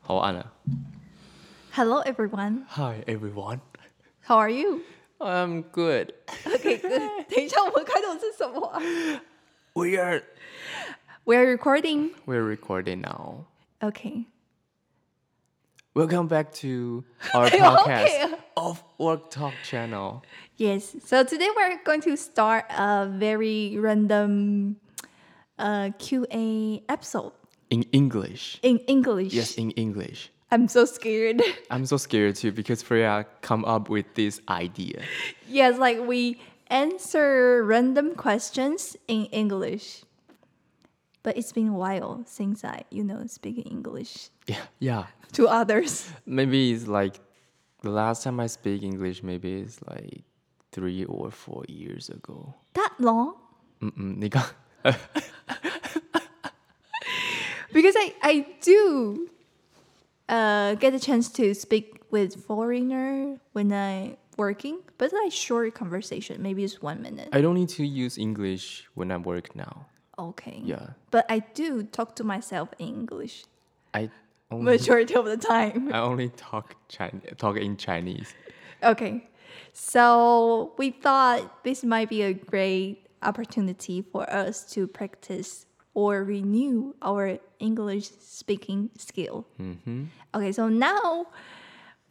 好按啊 Hello, everyone. ！Hi everyone, How are you? I'm good. OK，good. 等一下，我们开头是什么啊 We are ？We're recording. we're recording now. OK. Welcome back to our 哎呦 podcast ，OK of Work Talk Channel. Yes. So today we're going to start a very random uh, Q&A episode In English, in English. yes, in English. I'm so scared. I'm so scared too because Freya come up with this idea. yes, like we answer random questions in English. But it's been a while since I, you know, speaking English Yeah, yeah. to others. Maybe it's like the last time I speak English. Maybe it's like three or four years ago. That long? 嗯嗯，你刚 because I, I do uh, get a chance to speak with foreigner when I working, but like short conversation, maybe it's one minute. I don't need to use English when I work now. Okay. Yeah. But I do talk to myself in English I only majority of the time. I only talk Chinese, talk in Chinese. Okay. So we thought this might be a great opportunity for us to practice or renew our English speaking skill. Mm-hmm. Okay, so now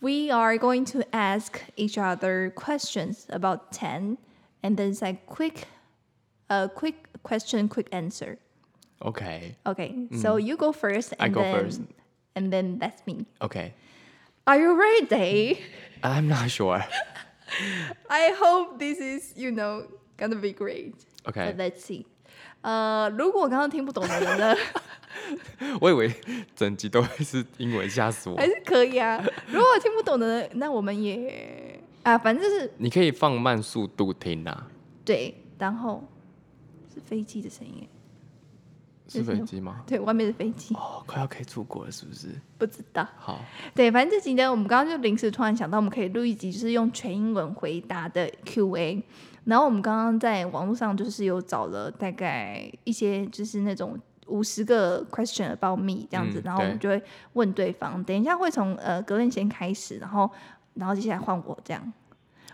we are going to ask each other questions about 10 and then it's like quick a quick question, quick answer. Okay. Okay, so you go first and Mm. I go then first. and then that's me. Okay. Are you ready? I'm not sure. I hope this is, you know, gonna be great. Okay. But let's see. 呃，如果我刚刚听不懂的人呢， 我以为整集都会是英文，吓 死我还！是可以啊。如果听不懂的人，那我们也啊，反正就是你可以放慢速度听啊，对。然后是飞机的声音耶，是飞机吗？对，外面是飞机，哦，快要可以出国了，是不是？不知道。好，对，反正这集呢，我们刚刚就临时突然想到，我们可以录一集，就是用全英文回答的 Q&A。然后我们刚刚在网络上就是有找了大概一些就是那种五十个 question about me 这样子，嗯然后我们就会问对方。等一下会从呃格伦先开始，然后然后接下来换我这样。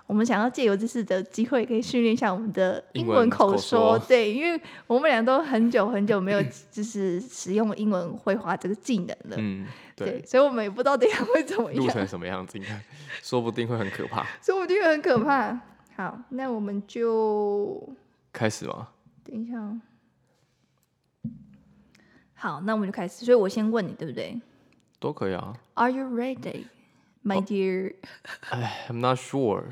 我们想要借由这次的机会，可以训练一下我们的英英文文口口说说。对，因为我们俩都很久很久没有 就是使用英文绘画这个技能了。嗯，对对，，所以我们也不知道等一下会怎么录样，成什么样子，应该说不定会很可怕。所以我觉得很可怕。好，那我们就开始吗？等一下哦。好，那我们就开始。所以我先问你，对不对都可以啊。 ？Are you ready, my dear? 哎，I'm not sure.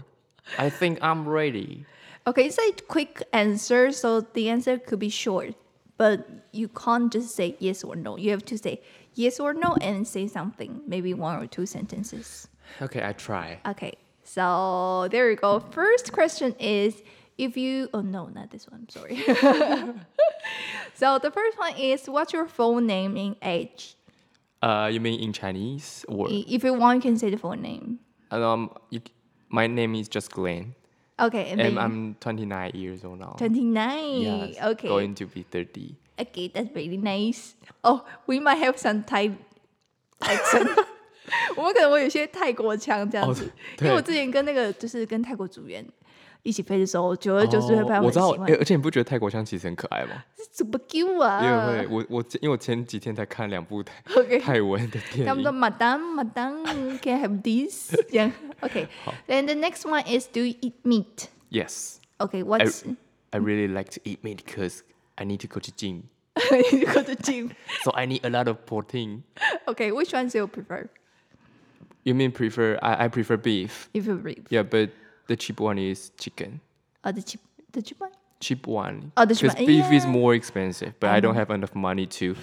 I think I'm ready. Okay, it's a quick answer, so the answer could be short, but you can't just say yes or no. You have to say yes or no and say something, maybe one or two sentences. Okay, I try. Okay, so there you go. First question is if you, oh no, not this one, sorry. so the first one is what's your full name in age? Uh, you mean in Chinese or? I- If you want, you can say the full name. And, um, you, my name is just Glenn, Okay, and and then I'm 29 years old now. 29. Yes, okay, going to be 30. okay, that's very nice. Oh, we might have some Thai accent. 我们可能会有一些泰国腔这样哦子，因对为我之前跟那个就是跟泰国组员一起飞的时候，久而久之会被他我们知喜道，欢诶。而且你不觉得泰国腔其实很可爱吗？怎么丢啊？因为会我我因为我前几天才看两 部泰 OK 泰文的电他们说影， Madam Madam can I have this 这样 OK。Then the next one is do you eat meat? Yes, OK, what's I really like to eat meat because I need to go to gym, you go to gym? so I need a lot of protein. OK, which one do you prefer? You mean prefer? I I prefer beef. If you rib, Yeah, but the cheap one is chicken. or the cheap the cheap one? Cheap one. Oh, the cheap Because one. beef is Yeah. more expensive, but I don't have enough money to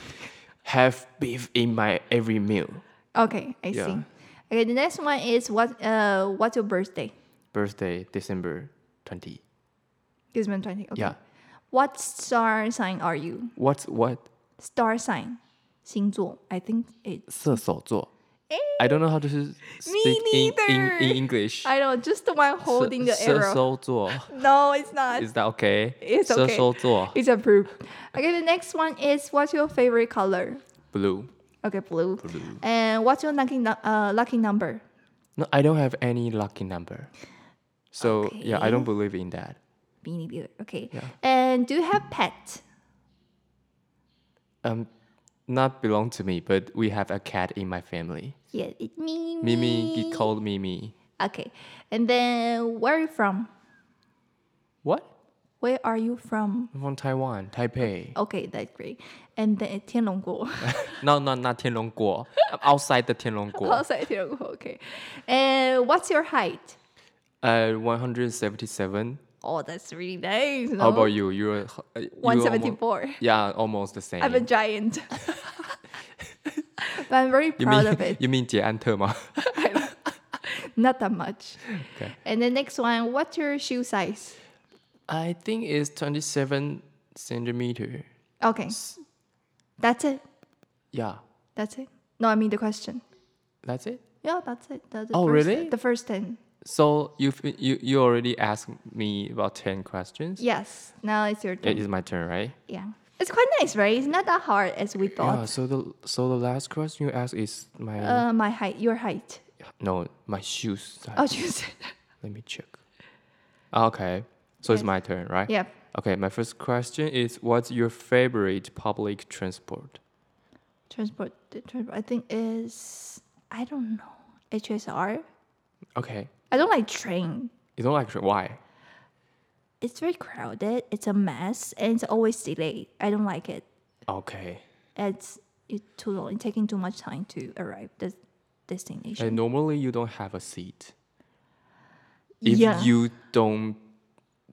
have beef in my every meal. OK, I see. Yeah. Okay, the next one is what uh what's your birthday? Birthday December twenty. Gives me twenty. Okay. Yeah. What star sign are you? What's what? Star sign. 星座 I think it's 射手座。I don't know how to s- speak in, in, Eh, neither. in English. I don't just the one holding the arrow. 射手座 No, it's not. Is that okay? It's okay. 射手座 It's approved. Okay, the next one is what's your favorite color? Blue. Okay, blue. And what's your lucky nu- uh, lucky number? No, I don't have any lucky number. So yeah, I don't believe in that. Me neither. Okay. And do you have pet? Um, not belong to me, but we have a cat in my family. Yeah, it's me. Mimi, get called Mimi. Okay. And then where are you from? What? Where are you from? I'm from Taiwan, Taipei. Okay, that's great. And then 天龙国. No, no, not Tianlongguo. I'm outside the Tianlongguo. Outside 天龙国, okay. And what's your height? Uh, 177. Oh, that's really nice. How no? about you? You're uh, you're almo- 174. yeah, almost the same. I'm a giant. but I'm very you proud mean of it. you mean 捷安特吗？ Not that much. Okay. And the next one, what's your shoe size? I think it's 27 centimeter. Okay. That's it. Yeah, That's it. No, I mean the question. that's it. Yeah, that's it. That's the Oh, first- really? The first 10. So you've, you you already asked me about 10 questions. Yes. Now it's your turn. It is my turn, right? yeah. It's quite nice, right? It's not that hard as we Yeah. thought. So the so the last question you asked is my Uh, my height, your height. no my shoes. size. Oh, Jesus. Let me check. Ah, Okay. So it's my turn, right? yeah. Okay. My first question is, what's your favorite public transport? Transport, the transport. I think is I don't know. HSR. Okay. I don't like train. You don't like tra- why? It's very crowded. It's a mess, and it's always delayed. I don't like it. Okay. It's it too long. It's taking too much time to arrive the destination. And normally you don't have a seat if Yeah. you don't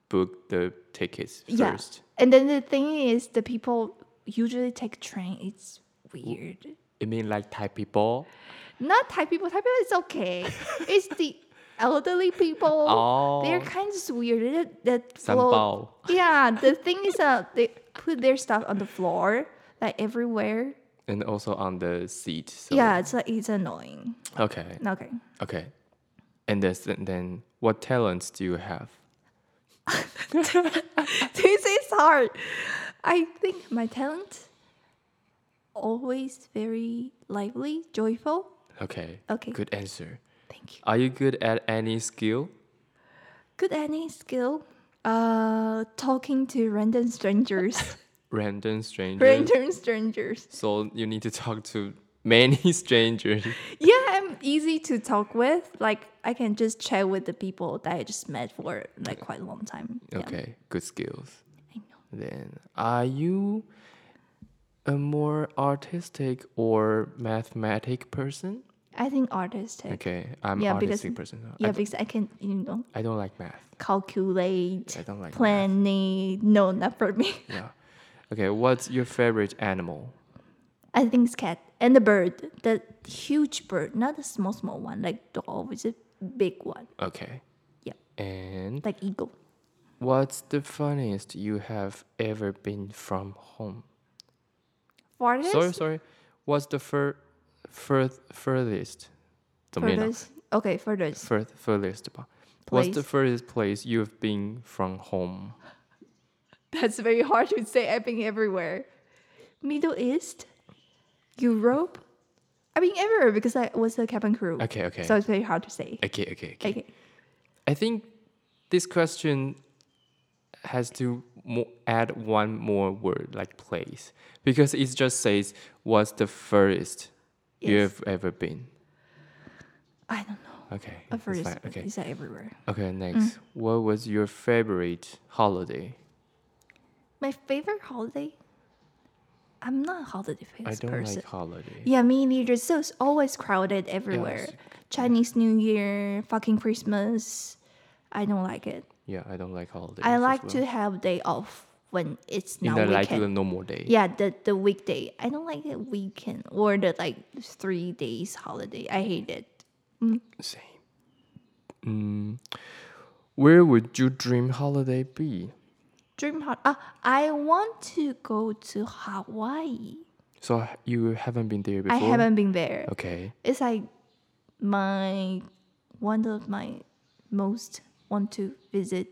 book the tickets Yeah. first. And then the thing is, the people usually take train. It's weird. You mean like Thai people? Not Thai people. Thai people is okay. it's the elderly people. They're Oh, kind of weird. They, they flow. Sanbao. Yeah, the thing is, uh, they put their stuff on the floor, like everywhere. And also on the seat. So. Yeah, it's like it's annoying. Okay. Okay. Okay. And this, and then what talents do you have? this is hard. I think my talent always very lively, joyful. Okay. Okay. Good answer. Thank you. Are you good at any skill? Good any skill. Uh, talking to random strangers. Random stranger. random strangers. So you need to talk to many strangers. Yeah, I'm easy to talk with. Like I can just chat with the people that I just met for like quite a long time. Yeah. Okay. Good skills. I know. Then are you a more artistic or mathematic person? I think artistic. Okay, I'm Yeah, because- artistic person. I- Yeah, because I can you know I, don't like math. calculate, I don't like planning. No, not for me. Yeah. Okay, what's your favorite animal? I think it's cat and the bird, the huge bird, not the small small one like dog. It's a big one, Okay. Yeah. And like eagle. what's the funniest you have ever been from home? Farthest. Sorry, sorry. What's the fur, fur furthest? 怎么念啊？ Furthest. Okay, furthest. Fur furthest 吧。What's the Place. furthest place you've been from home? That's very hard to say. I've been everywhere. Middle East, Europe. I mean everywhere because I was a cabin crew. Okay, okay. So it's very hard to say. okay, okay, okay. Okay. I think this question has to mo- add one more word, like place, because it just says, "What's the furthest Yes. you've ever been?" I don't know. Okay, A that's furthest. Mm-hmm. fine. Okay, Is that everywhere? okay. Next, what was your favorite holiday? My favorite holiday. I'm not a holiday I face don't person. like holiday. Yeah, me neither. So it's always crowded everywhere. it's- Chinese New Year, fucking Christmas. I don't like it. Yeah, I don't like holidays. I as like well. to have day off when it's in not the weekend. like the normal day. Yeah, the the weekday. I don't like the weekend or the like three days holiday. I hate it. Same. Mm. Where would your dream holiday be? Dream hot. Ah, I want to go to Hawaii. So you haven't been there before. I haven't been there. Okay. It's like my one of my most want to visit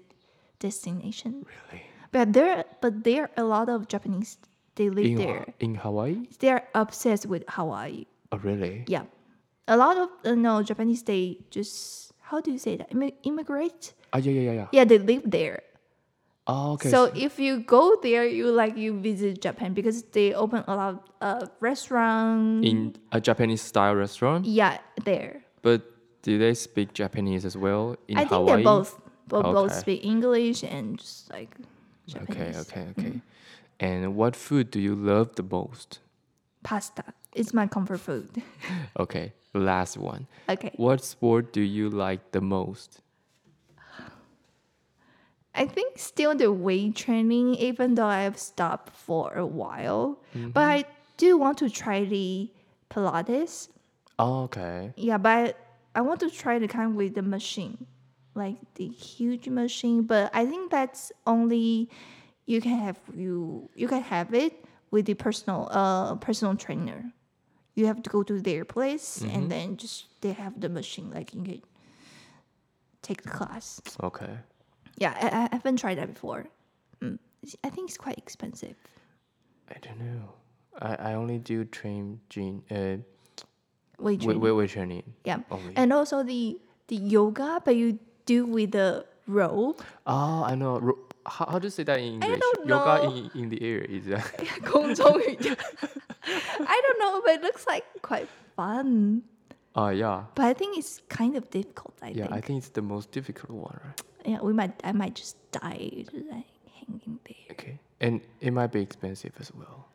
destination. Really. But there, but there are a lot of Japanese They live in, Ho- there. in Hawaii? They are obsessed with Hawaii. Oh, really? Yeah, a lot of uh, no Japanese. They just how do you say that? Immi- immigrate? Ah, yeah, yeah, yeah, yeah. Yeah, they live there. Oh, okay. So if you go there, you like you visit Japan because they open a lot of uh, restaurants. in a Japanese style restaurant, mm. yeah, there. but do they speak Japanese as well in I think Hawaii? they both both, both Okay. speak English and just like Okay, Japanese Mm-hmm. okay, okay. And what food do you love the most? pasta. It's my comfort food. Okay, last one. okay, What sport do you like the most? I think still the weight training, even though I have stopped for a while, but I do want to try the Pilates. Oh, okay. Yeah, but I want to try the kind with the machine, like the huge machine. But I think that's only you can have you you can have it with the personal uh personal trainer. You have to go to their place and then just they have the machine like you can take the class. Okay. Yeah, I, I haven't tried that before. Mm. I think it's quite expensive. I don't know. I, I only do train gene uh Weight weight training. weight, weight training. yeah, only. and also the the yoga, but you do with the rope. Oh, I know. Ro- how, how do you say that in English? don't Yoga know. in, in the air is that? 空中瑜伽。I don't know, but it looks like quite fun. Oh yeah. But I think it's kind of difficult. I Yeah, think. I think it's the most difficult one, right? yeah, we might. I might just die like hanging there. Okay. And it might be expensive as well.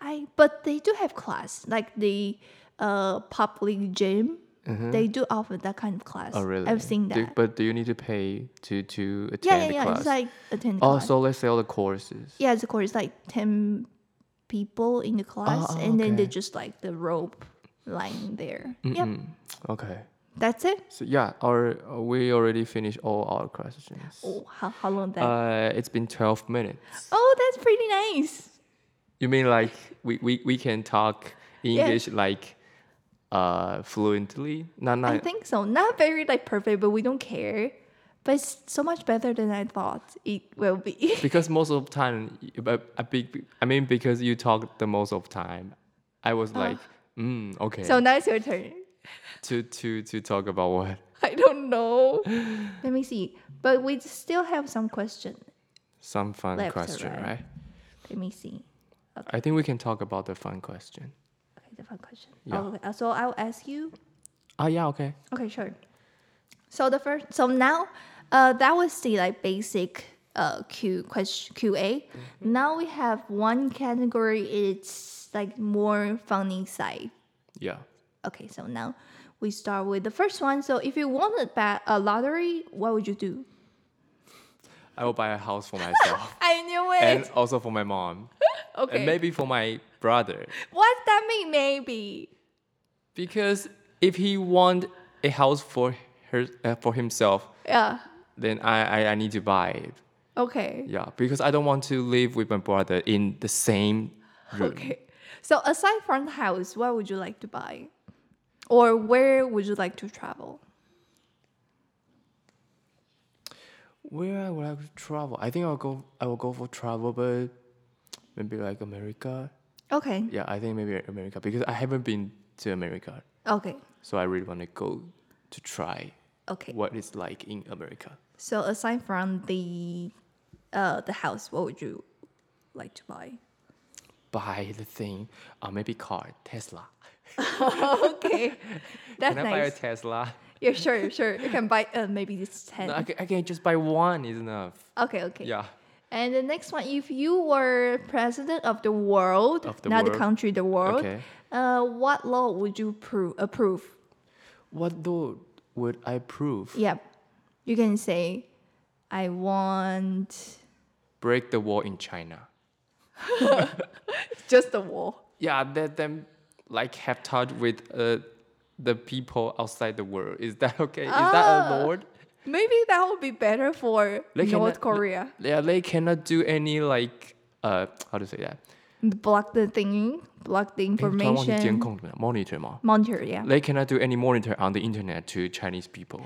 I. But they do have class, like the uh public gym. They do offer that kind of class. Mm-hmm. Oh really? I've seen that. Do, but do you need to pay to to yeah, attend yeah, the yeah. class? It's like attend. oh, class. so let's say all the courses. yeah, it's a course. Like ten people in the class, oh, and then they okay. just like the rope lying there. Yep, Mm, Okay. that's it. So yeah, our uh, we already finished all our questions. Oh, how how long that? Uh, it's been twelve minutes. Oh, that's pretty nice. You mean like we, we, we can talk English like uh fluently? Not I not think so. Not very like perfect, but we don't care. But it's so much better than I thought it will be. because most of the time, y- but I big I mean because you talk the most of the time, I was like, mm, okay. Uh-huh. so now it's your turn. to to to talk about what? I don't know. Let me see. But we still have some question. Some fun Left or question, right? right? Let me see. I think we can talk about the fun question. Okay, the fun question. Yeah. Oh, okay. Uh, So I'll ask you. Oh yeah, okay. Okay, sure. So the first, so now, uh, that was the like basic uh Q question QA. Now we have one category. It's like more funny side. Yeah. Okay, so now we start with the first one. So if you won a, ba- a lottery, what would you do? I will buy a house for myself I knew it. and also for my mom okay. and maybe for my brother. What's that mean? Maybe. Because if he want a house for her uh, for himself, Yeah. then I, I I need to buy it. Okay. Yeah, because I don't want to live with my brother in the same room. Okay. So aside from the house, what would you like to buy, or where would you like to travel? Where I would like to travel? I think I'll go. I will go for travel, but maybe like America. Okay. Yeah, I think maybe America because I haven't been to America, Okay. so I really want to go to try Okay. what it's like in America. So aside from the, uh, the house, what would you like to buy? Buy the thing, or maybe car Tesla. okay. That's Can I buy a nice. Tesla? yeah, sure, sure. You can buy uh, maybe this ten. No, I, can, I can just buy one is enough. Okay, okay. Yeah. And the next one, if you were president of the world, Of the not the world. country, the world, Okay. uh, what law would you pro- approve? What though would I prove? Yep. You can say, I want Break the wall in China. just the wall. yeah let them like have touch with uh, the people outside the world is that okay is that Ah. a lord Maybe that would be better for They cannot- North Korea. yeah they cannot do any like uh how to say that block the thing, block the 诶，突然忘记监 information. 控了 monitor 吗 Monitor, yeah. They cannot do any monitor on the internet to Chinese people.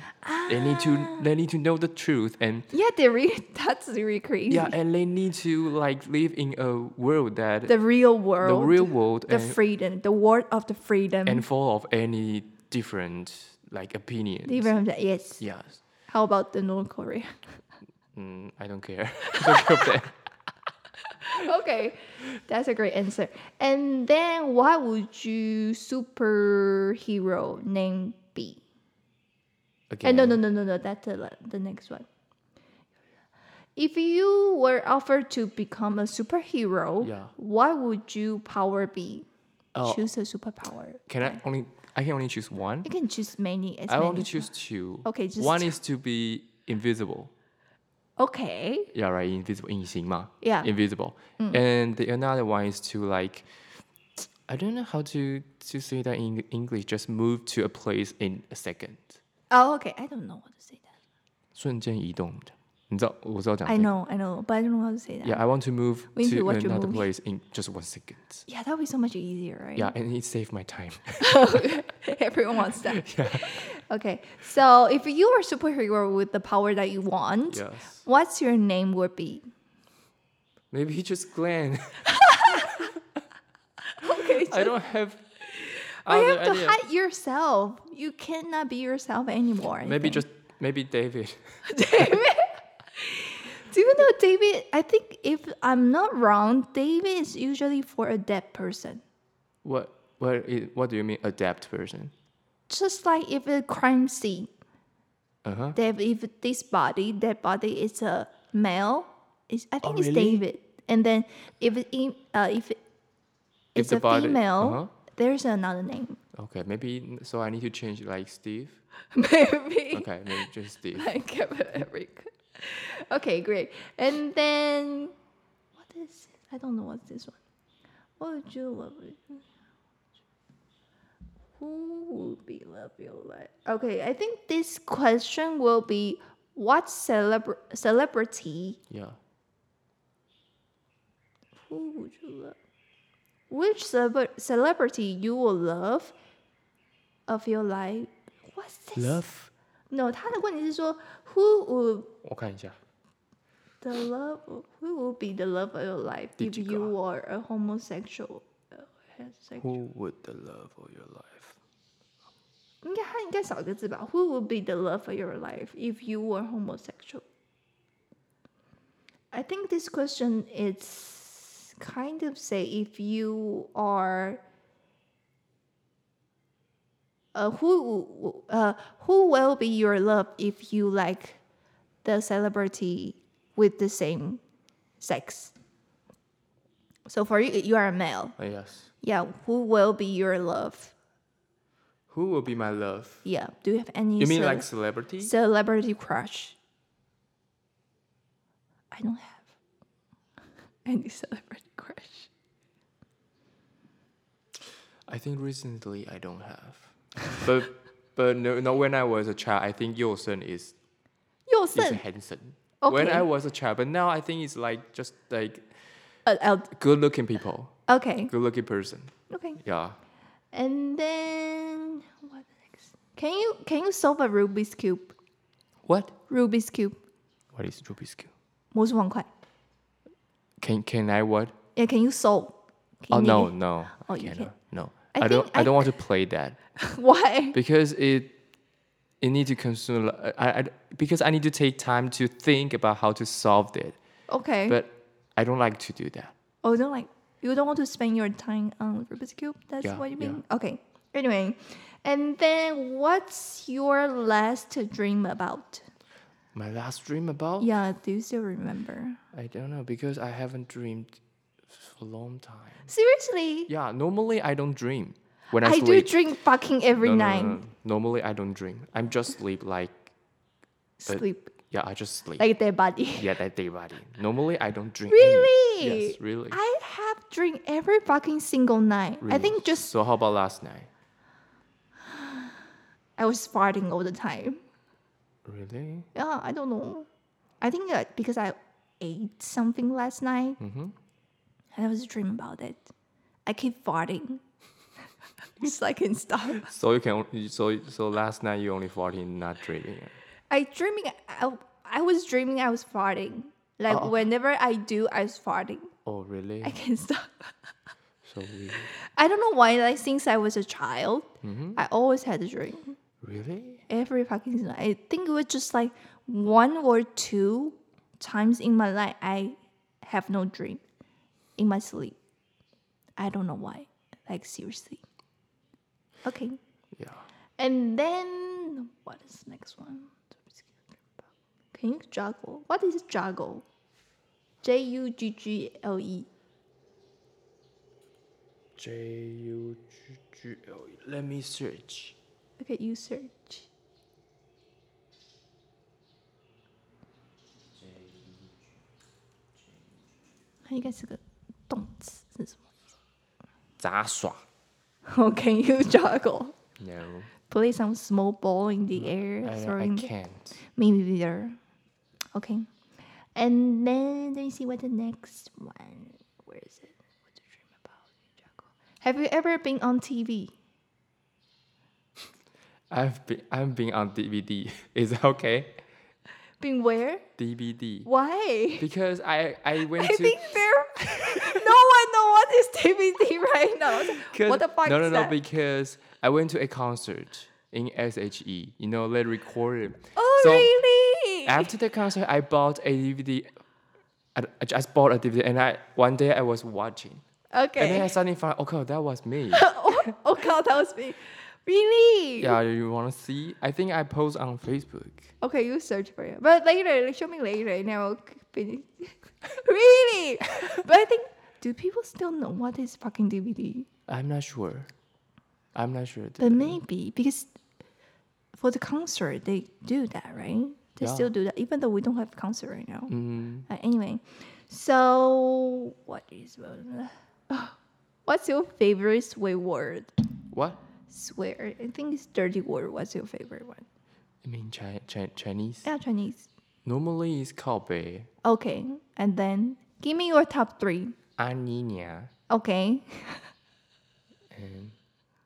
They need to Ah. they need to know the truth and Yeah, they re- that's really crazy. yeah, and they need to like live in a world that the real the world, real world the and, freedom, the world of the freedom. and full of any different like opinions. Even from that, yes. Yes. How about the North Korea? Mm, I don't care. I don't care about that. okay, that's a great answer. And then, what would you superhero name be? Again, And no, no, no, no, no. That's the, la- the next one. If you were offered to become a superhero, Yeah. what would you power be? Oh. Choose a superpower. Can I only I can only choose one? You can choose many. As I many. only choose two. Okay, just one two. is to be invisible. Okay. Yeah, right. Invisible, 隐形嘛. Yeah. Mm. Invisible. And the another one is to like, I don't know how to to say that in English. Just move to a place in a second. Oh, okay. I don't know how to say that. 瞬间移动的，你知道我知道讲 I know, I know, but I don't know how to say that. Yeah, I want to move We need to to watch a another movie. place in just one second. Yeah, that would be so much easier, right? Yeah, and it saved my time. Everyone wants that. Okay. So if you were superhero with the power that you want, yes. what's your name would be? Maybe he just Glenn. Okay. I don't have. But you other have to idea. hide yourself. You cannot be yourself anymore. I Maybe think. just maybe David. David. Do you know David? I think if I'm not wrong, David is usually for a dead person. What what is, what do you mean adapt person? Just like if a crime scene, Uh huh. they have- if this body, that body is a male, it's, I think it's Oh, really? David. And then if it, in- uh, if it- If it's the a body- female, uh-huh. there's another name. Okay, maybe so. I need to change like Steve. Maybe. Okay, maybe just Steve. like Kevin Eric. Okay, great. And then what is it? I don't know what's this one. What would you love? it- Who would be love your life? Okay, I think this question will be what celebr celebrity Yeah. who would you love? Which celeb- celebrity you will love of your life? What's this? Love. No, 他的问题是说 who would 我看一下. The love, who will be the love of your life if Digicard. you are a homosexual? uh, heterosexual- Who would the love of your life? 应该它应该少个字吧? Who will be the love of your life if you were homosexual? I think this question is kind of say if you are. Uh, who uh, who will be your love if you like the celebrity with the same sex? So for you, you are a male. Uh, yes. Yeah, who will be your love? Who will be my love? Yeah. Do you have any? You mean cele- like celebrity? celebrity crush? I don't have any celebrity crush. I think recently I don't have. but but no, no. When I was a child, I think Yosun is is 又剩 handsome. When Okay. I was a child, but now I think it's like just like 呃 L good looking people, okay good looking person. okay Yeah. and then what next? Can you can you solve a Rubik's cube? What? Rubik's cube What is Rubik's cube? 魔术方块 Can can I what? Yeah, can you solve? Can Oh you no make no. Oh, I you cannot. can't. No. I I, don't think I, I- don't want to play that it? Why? because it it need to consume li- I, I because I need to take time to think about how to solve it. Okay. But I don't like to do that. Oh, you don't like you don't want to spend your time on Rubik's cube. That's Yeah, what you yeah. mean. Okay. Anyway, and then what's your last dream about? My last dream about Yeah, do you still remember? I don't know because I haven't dreamed for a long time. Seriously, Yeah, normally I don't dream when I, I do sleep. drink fucking every No, no, no, night. no. Normally I don't dream. I'm just sleep like but- Sleep yeah, I just sleep. like their body. yeah, that day body. Normally I don't drink. any. Really? Yes, really. I have drink every fucking single night. I think just So how about last night? I was farting all the time. Really? Yeah, I uh, Mm-hmm. don't know. I think that because I ate something last night, I always dream about it. I keep farting. so I can stop. So you can you- so so last night you only farting, not dreaming. I dreaming. I, I was dreaming. I was farting. Like Oh. whenever I do, I was farting. Oh really? I can stop. So weird. I don't know why. Like since I was a child, I always had a dream Really? every fucking night. I think it was just like one or two times in my life I have no dream in my sleep. I don't know why. Like seriously. Okay. Yeah. And then what is the next one? Can you juggle? What is juggle? J U G G L E. J U G G L E. Let me search. Okay, you search.它应该是个动词，是什么杂耍。 ？How Oh, can you juggle? No. Play some small ball in the air, I, I throwing can't. Me neither. Okay. And then let me see what the next one. Where is it? What's your dream about? Jaco? Have you ever been on TV? I've been I've been on DVD. Is that okay? Been where? DVD. Why? Because I I went I to think there. no one know what is DVD right now. It's like, 'cause- What the fuck No is no no that? because I went to a concert in SHE. You know they recorded. oh so really? after the concert I bought a DVD. I, I just bought a DVD and I one day I was watching. And then I okay. suddenly found okay that was me. oh, oh god, that was me. Really? yeah, you wanna see? I think I post on Facebook. Okay, you search for it. But later, like, show me later, and I will finish. really? but I think, do people still know what is fucking DVD? I'm not sure. I'm not sure. But maybe, because for the concert, they do that, right? They Yeah. still do that, even though we don't have concert right now. Mm, Uh, anyway, so what is. What's your favorite swear word? what? Swear. I think it's dirty word. What's your favorite one? I mean Chi- Chi- Chinese. Yeah, Chinese. Normally it's called bei. Okay. And then give me your top three. 安妮娘 Okay. and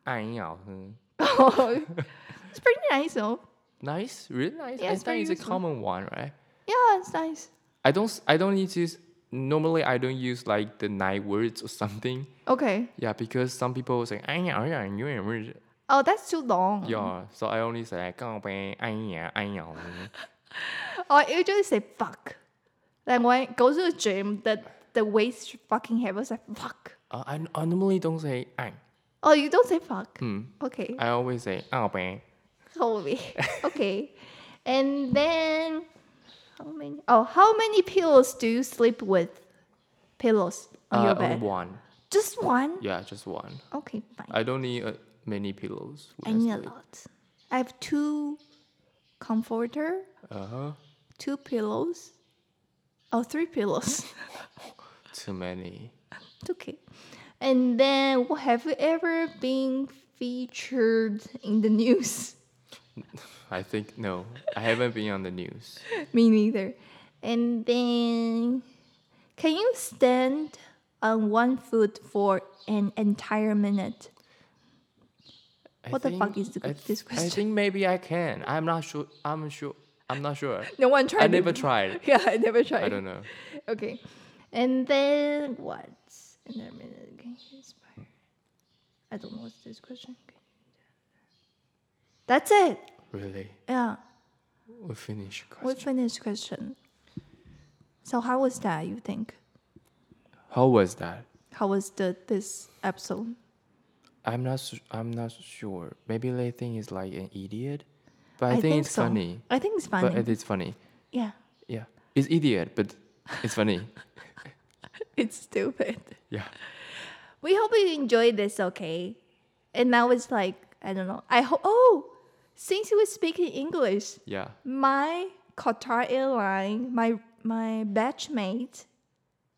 安咬哼. it's pretty nice though. Nice, really nice. Yeah, I it's think very it's a useful. common one, right? Yeah, it's nice. I don't s- I don't need to use, normally I don't use like the nine words or something. Okay. Yeah, because some people say 安咬安咬， Oh, that's too long. yeah. So I only say 告白安咬安咬。 Or I usually say fuck. Like when I go to the gym, the the waist fucking hair was like fuck. Uh, I, I normally don't say 安. Oh, you don't say fuck. Hmm. Okay. I always say 告白. Holy. okay. And then how many? Oh, how many pillows do you sleep with? Pillows on Uh, your only bed? one. Just one. Yeah, just one. Okay, fine. I don't need uh, many pillows. I need a lot. I have two comforter, Uh huh. two pillows. Oh, three pillows. Too many. it's okay. And then, wh- have you ever been featured in the news? I think no. I haven't been on the news. Me neither. And then, can you stand on one foot for an entire minute? I What the fuck is the- I this I question? think maybe I can. I'm not sure. I'm sure. I'm not sure. No one I tried. never it. tried. Yeah, I never tried. I don't know. Okay. And then what? And then minute can you inspire? I don't know what's this question. Okay. That's it. Really, Yeah. we finished We question. finished question. So how was that you think? How was that? How was the this episode? I'm not. su- I'm not sure. Maybe they think it's like an idiot, but I, think, it's so. funny. I think it's funny. But it is funny. yeah. Yeah, it's idiot, but it's funny. It's stupid. yeah. We hope you enjoyed this, okay? And now it's like I don't know. I hope oh since you were speaking English, Yeah. my Qatar airline, my my batchmate,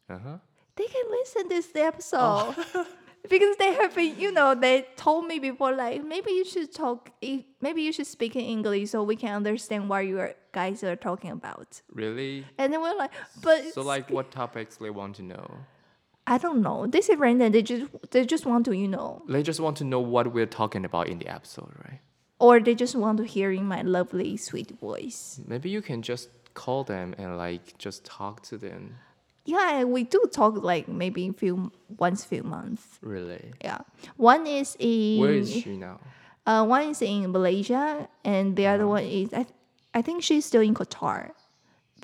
Uh huh. they can listen this episode Oh. because they have been, you know, they told me before like maybe you should talk, e- maybe you should speak in English so we can understand what you are- guys are talking about. Really. And then we're like, but So it's- like, what topics they want to know? I don't know. They say random. They just they just want to you know, They just want to know what we're talking about in the episode, right? or they just want to hear in my lovely sweet voice. Maybe you can just call them and like just talk to them. Yeah, we do talk like maybe few once few months. Really? Yeah, one is in Where is she now? Uh, one is in Malaysia, and the other one is I, th- I think she's still in Qatar,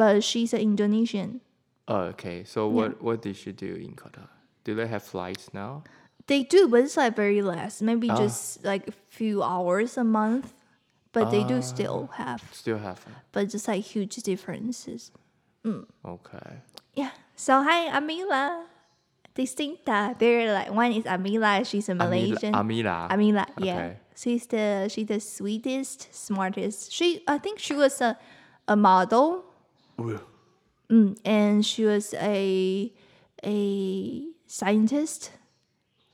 but she's an Indonesian. Oh, okay. So what what did she do in Qatar? Do they have flights now? They do, but it's like very less, maybe Ah. just like a few hours a month, but they do still have, Still have. them. but just like huge differences. Okay. Yeah. So hi, Amila, distinta. They're like one is Amila. She's a Malaysian. Amila. Amila. Amila, yeah. Okay. She's the she's the sweetest, smartest. She I think she was a, a model. Ooh. Mm, and she was a a scientist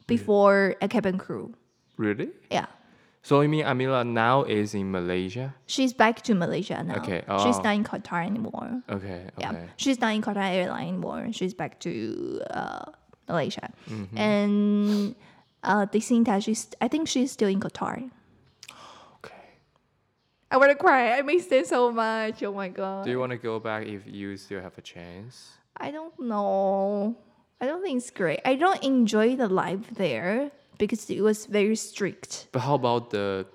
before a cabin crew. Really? Yeah. So you mean Amila now is in Malaysia? She's back to Malaysia now. Okay, She's oh. not in Qatar anymore. Okay. Yeah. Okay. She's not in Qatar Airline anymore. She's back to uh, Malaysia. Mm-hmm. And uh Disinta, she's I think she's still in Qatar. Okay. I wanna cry. I miss it so much. Oh my god. Do you want to go back if you still have a chance? I don't know. I don't think it's great. I don't enjoy the life there because it was very strict. But how about the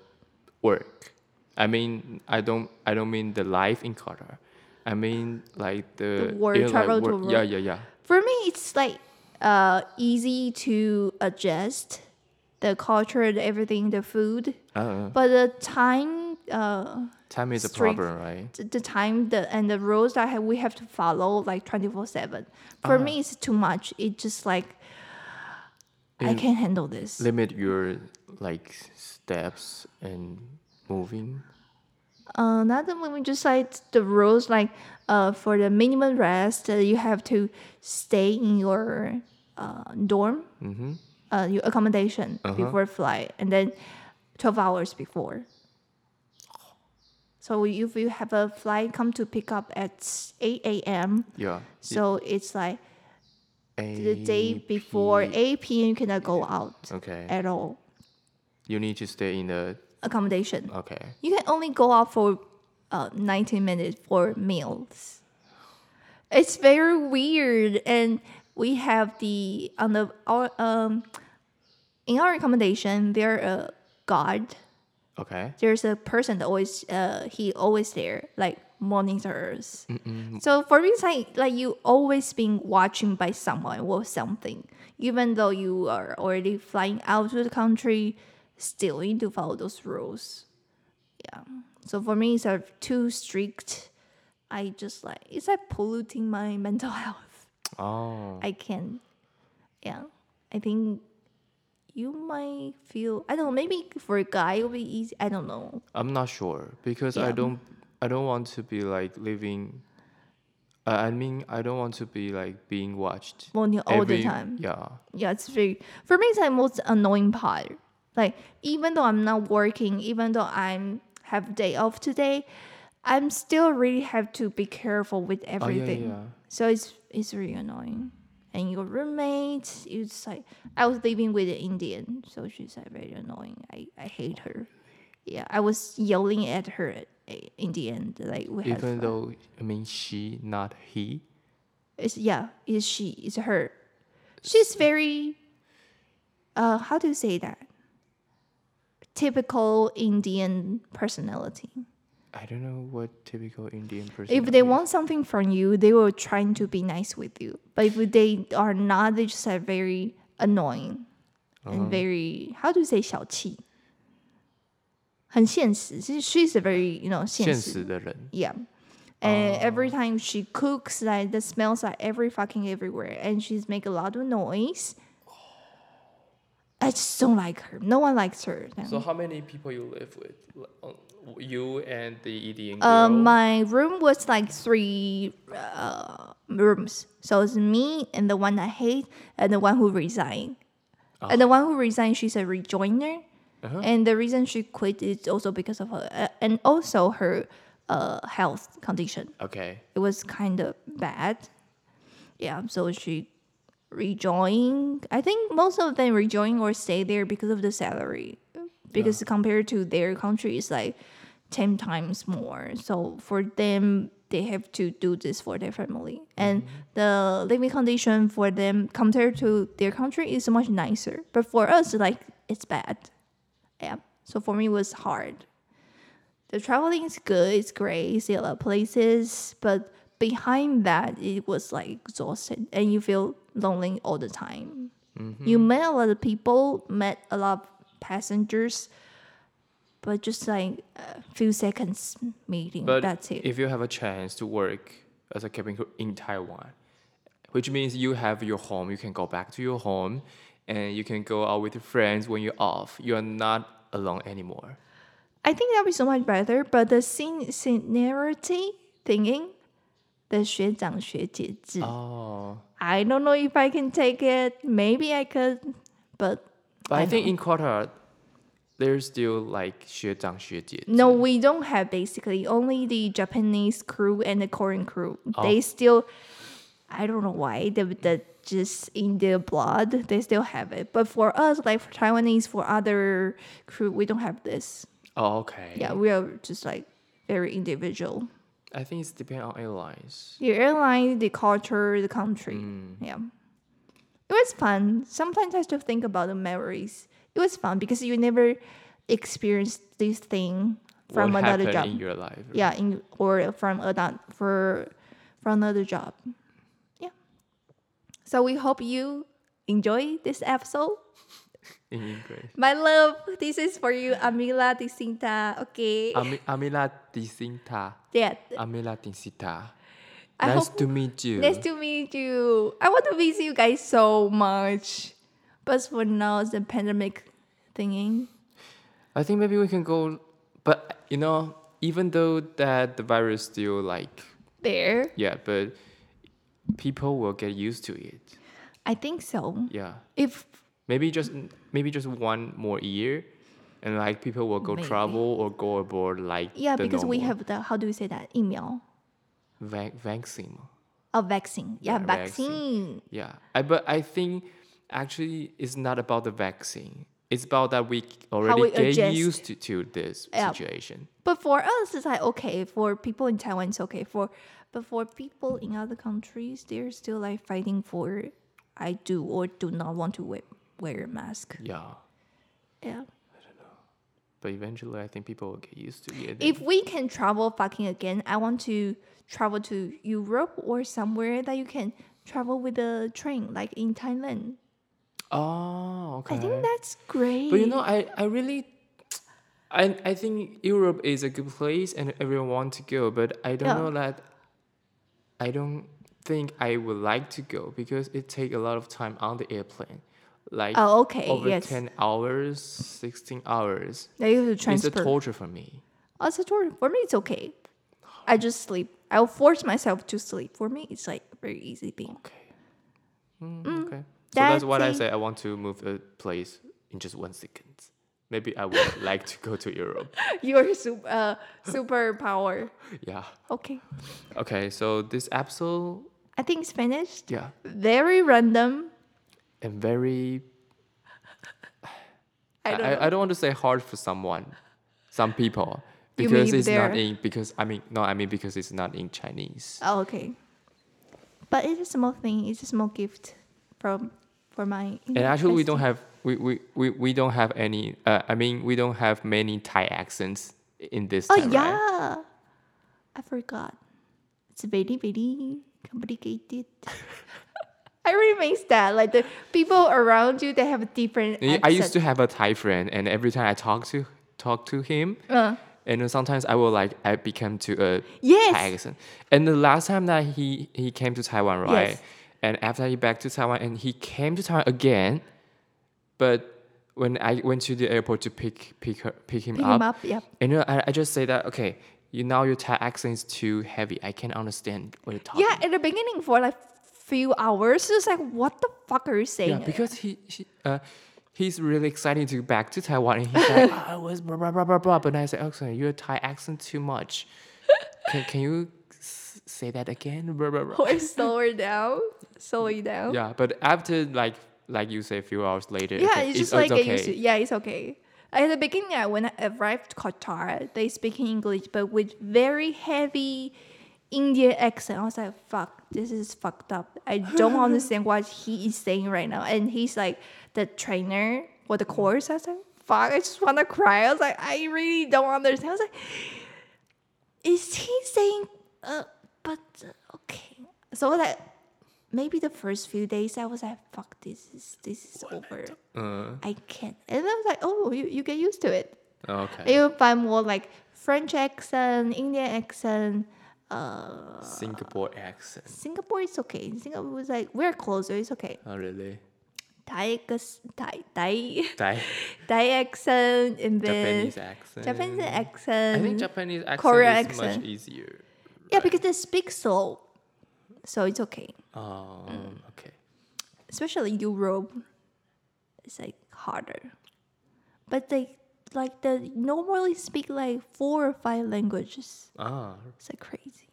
work? I mean, I don't, I don't mean the life in Qatar. I mean, like the, The work, yeah, like travel to work- Yeah, work. yeah, yeah. For me, it's like uh, easy to adjust the culture, the everything, the food. Uh, But the time, uh, time is a Strict. problem, right? the the time, the and the rules that I have, we have to follow like twenty four seven. Ah. For me, it's too much. It's just like I And can't handle this. Limit your like steps and moving. Uh, another one, we just like the rules, like uh, for the minimum rest, uh, you have to stay in your uh, dorm, uh, your accommodation before flight, and then 12 hours before. So if you have a flight come to pick up at 8 a.m., Yeah. so it's like the A- day before 8 p.m., you cannot go out Okay. at all. You need to stay in the. Accommodation. Okay. You can only go out for uh, 90 minutes for meals. It's very weird, and we have the on the our um in our accommodation there a guard. Okay. There's a person that always uh he always there like monitors. So for me, it's like like you always being watching by someone or something, even though you are already flying out to the country, still you need to follow those rules. So for me, it's like too strict. I just like it's like polluting my mental health. Oh. I can, yeah. I think you might feel I don't know. Maybe for a guy it'll be easy. I don't know. I'm not sure because I Yeah. don't I don't want to be like living. I I mean, I don't want to be like being watched Well, you- all the every- time. Yeah, Yeah, it's very for me. It's like most annoying part. Like even though I'm not working, even though I'm have day off today, I'm still really have to be careful with oh, yeah, yeah, everything. yeah. So it's it's really annoying. And your roommate, it's like I was living with an Indian, so she's like very annoying. I, I hate her. Yeah, I was yelling at her i- in the end. Like we had Even fun. though I mean, she not he. it's yeah, it's she, it's her. She's very uh how do you say that? Typical Indian personality. I don't know what typical Indian person. If they want something from you, they will trying to be nice with you. But if they are not, they just are very annoying and very how do you say 小气?很现实. She- She's a very you know 现现实.实的人 Yeah. And Oh. every time she cooks, like the smells are every fucking everywhere, and she's make a lot of noise. I just don't like her. No one likes her. Um, So how many people you live with? Like, uh, You and the Indian girl. Uh, my room was like three uh, rooms. So it's me and the one I hate and the one who resigned. Ah. And the one who resigned, she's a rejoiner. Uh-huh. And the reason she quit is also because of her uh, and also her uh, health condition. okay. It was kind of bad. Yeah, so she rejoin. I think most of them rejoin or stay there because of the salary. Because compared to their country, it's like 10 times more. So for them, they have to do this for their family. And the living condition for them compared to their country is much nicer. But for us, like, it's bad. Yeah. So for me, it was hard. The traveling is good, it's great, you see a lot of places, but behind that, it was like exhausted and you feel lonely all the time. Mm-hmm. You met a lot of people, met a lot of passengers, but just like a few seconds meeting, But that's it. if you have a chance to work as a cabin crew in Taiwan, which means you have your home, you can go back to your home, and you can go out with your friends when you're off. You are not alone anymore. I think that would be so much better, but the sin- seniority thinking, the 学长学姐制 Oh, I don't know if I can take it. Maybe I could, but but I, think in Qatar, there's still like 学长学姐. no, we don't have basically only the Japanese crew and the Korean crew. They still, I don't know why, they, they just in their blood, they still have it. But for us, like for Taiwanese, for other crew, we don't have this. Oh, okay. Yeah, we are just like very individual. I think it's depend on airlines. the airline, the culture, the country. Mm. Yeah. It was fun. Sometimes I still think about the memories. It was fun because you never experienced this thing from what another happened job. in your life? yeah, in, or from another for from another job. Yeah. So we hope you enjoy this episode. In English. My love, this is for you, Amila Disinta. Okay. Ami- Amila Disinta. yeah. Amila Disinta. I nice hope- to meet you. Nice to meet you. I want to visit you guys so much. But for now, it's the pandemic thingy. I think maybe we can go, but you know, even though that the virus still like There. yeah, but people will get used to it. I think so. Yeah, If maybe just maybe just one more year, and like people will go Maybe. travel or go abroad like yeah, the because we normal. have the how do you say that? Email. Vac- vaccine. A vaccine. Yeah, Yeah, vaccine. vaccine. Yeah, I, but I think actually it's not about the vaccine. It's about that we already we get adjust. used to, to this Yeah. situation. But for us it's like okay. For people in Taiwan it's okay. For but for people in other countries, they're still like fighting for I do or do not want to wear wear a mask. Yeah, Yeah. but eventually I think people will get used to it. if we can travel fucking again, I want to travel to Europe or somewhere that you can travel with a train, like in Thailand. oh, okay. I think that's great. But you know, I, I really, I, I think Europe is a good place and everyone wants to go, but I don't Yeah. know that, I don't think I would like to go because it takes a lot of time on the airplane. Like oh, okay, over yes. 10 hours, 16 hours. Now you have to It's a transport. torture for me. Oh, it's a torture. For me, it's okay. I just sleep. I'll force myself to sleep. For me, it's like a very easy thing. Okay. Mm, okay. So that's what I Daddy. say. I want to move a place in just one second. Maybe I would like to go to Europe. Your super uh, superpower. Yeah. Okay, Okay. So this episode, I think it's finished. yeah. Very random. and very I I, don't. know. I, I don't want to say hard for someone some people You because mean it's there- not in because i mean no i mean because it's not in chinese Oh, okay. But it's a small thing. It's a small gift from for my. and actually we don't have we, we, we, we don't have any uh, i mean we don't have many thai accents in this Oh time, right? yeah, I forgot. It's very very complicated. I really miss that. Like the people around you, they have a different. And i used accent. to have a thai friend and every time i talk to talk to him Uh, and then sometimes i will like i become to a Thai yes. accent. And the last time that he he came to Taiwan, right? Yes. And after he back to Taiwan, and he came to Taiwan again, but when I went to the airport to pick pick her, pick him Pick up, him up. Yep. and you know, I, I just say that okay, you now your Thai accent is too heavy. I can't understand what you're talking. Yeah. At the beginning, for like few hours, just like what the fuck are you Yeah, saying? because he, he uh, he's really excited to back to Taiwan, and he's like, "Ah, I was blah blah blah blah blah, but I said, okay, your Thai accent too much. Can can you s- say that again? Blah, blah, blah. or slower down. slow you down. Yeah, but after like like you say, a few hours later, Yeah, okay, oh, it's just like it okay. used to. Yeah, it's okay. At the beginning, uh, when I arrived to Qatar, they speak in English, but with very heavy Indian accent. I was like, "Fuck, this is fucked up. I don't understand what he is saying right now." And he's like the trainer for the course. I was like, "Fuck, I just want to cry." I was like, "I really don't understand." I was like, "Is he saying?" Uh, but uh, okay, so like maybe the first few days, I was like, "Fuck, this is this is over." Uh, I can't. And I was like, oh, you, you get used to it. Oh, okay. You'll find more like French accent, Indian accent. Uh, Singapore accent. Singapore is okay. Singapore was like, we're closer. It's okay. Oh really? Thai, gus- Thai, Thai, Thai Thai accent and then Japanese accent. Japanese I accent. think Japanese accent Korean is accent. much easier. yeah, because they speak slow. So it's okay. Um, Mm. okay. Especially Europe. It's like harder. But they like they normally speak like four or five languages. Ah, It's like crazy.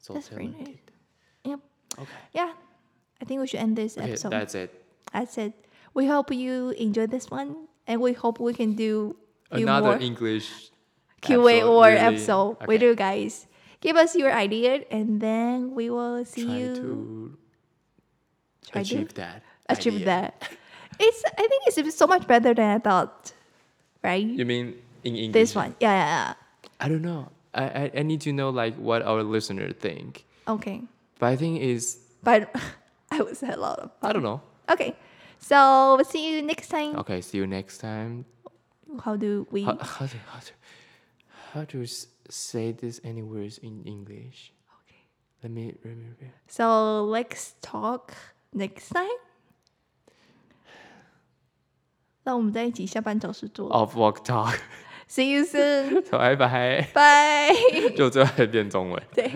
so That's very nice. talented. Yep. Okay. Yeah. I think we should end this Okay, episode. that's it. That's it. We hope you enjoyed this one and we hope we can do few Another more English QA episode, or really. episode Okay. with you guys. Give us your idea and then we will see Try you to Try to achieve that. achieve idea. that. It's I think it's so much better than I thought. Right? You mean in English? This one. Yeah, yeah, I don't know. I, I I need to know like what our listener think. yeah. Okay. But I think is But I was a lot of I don't know. Okay. So we'll see you next time. Okay, see you next time. How do we How, how, to, how, to, how to s- say this any words in English? Okay. Let me remember. So let's talk next time. 让我们在一起下班找事做。 Off walk talk， See you soon. 拜拜， Bye. 就最后变中文。对。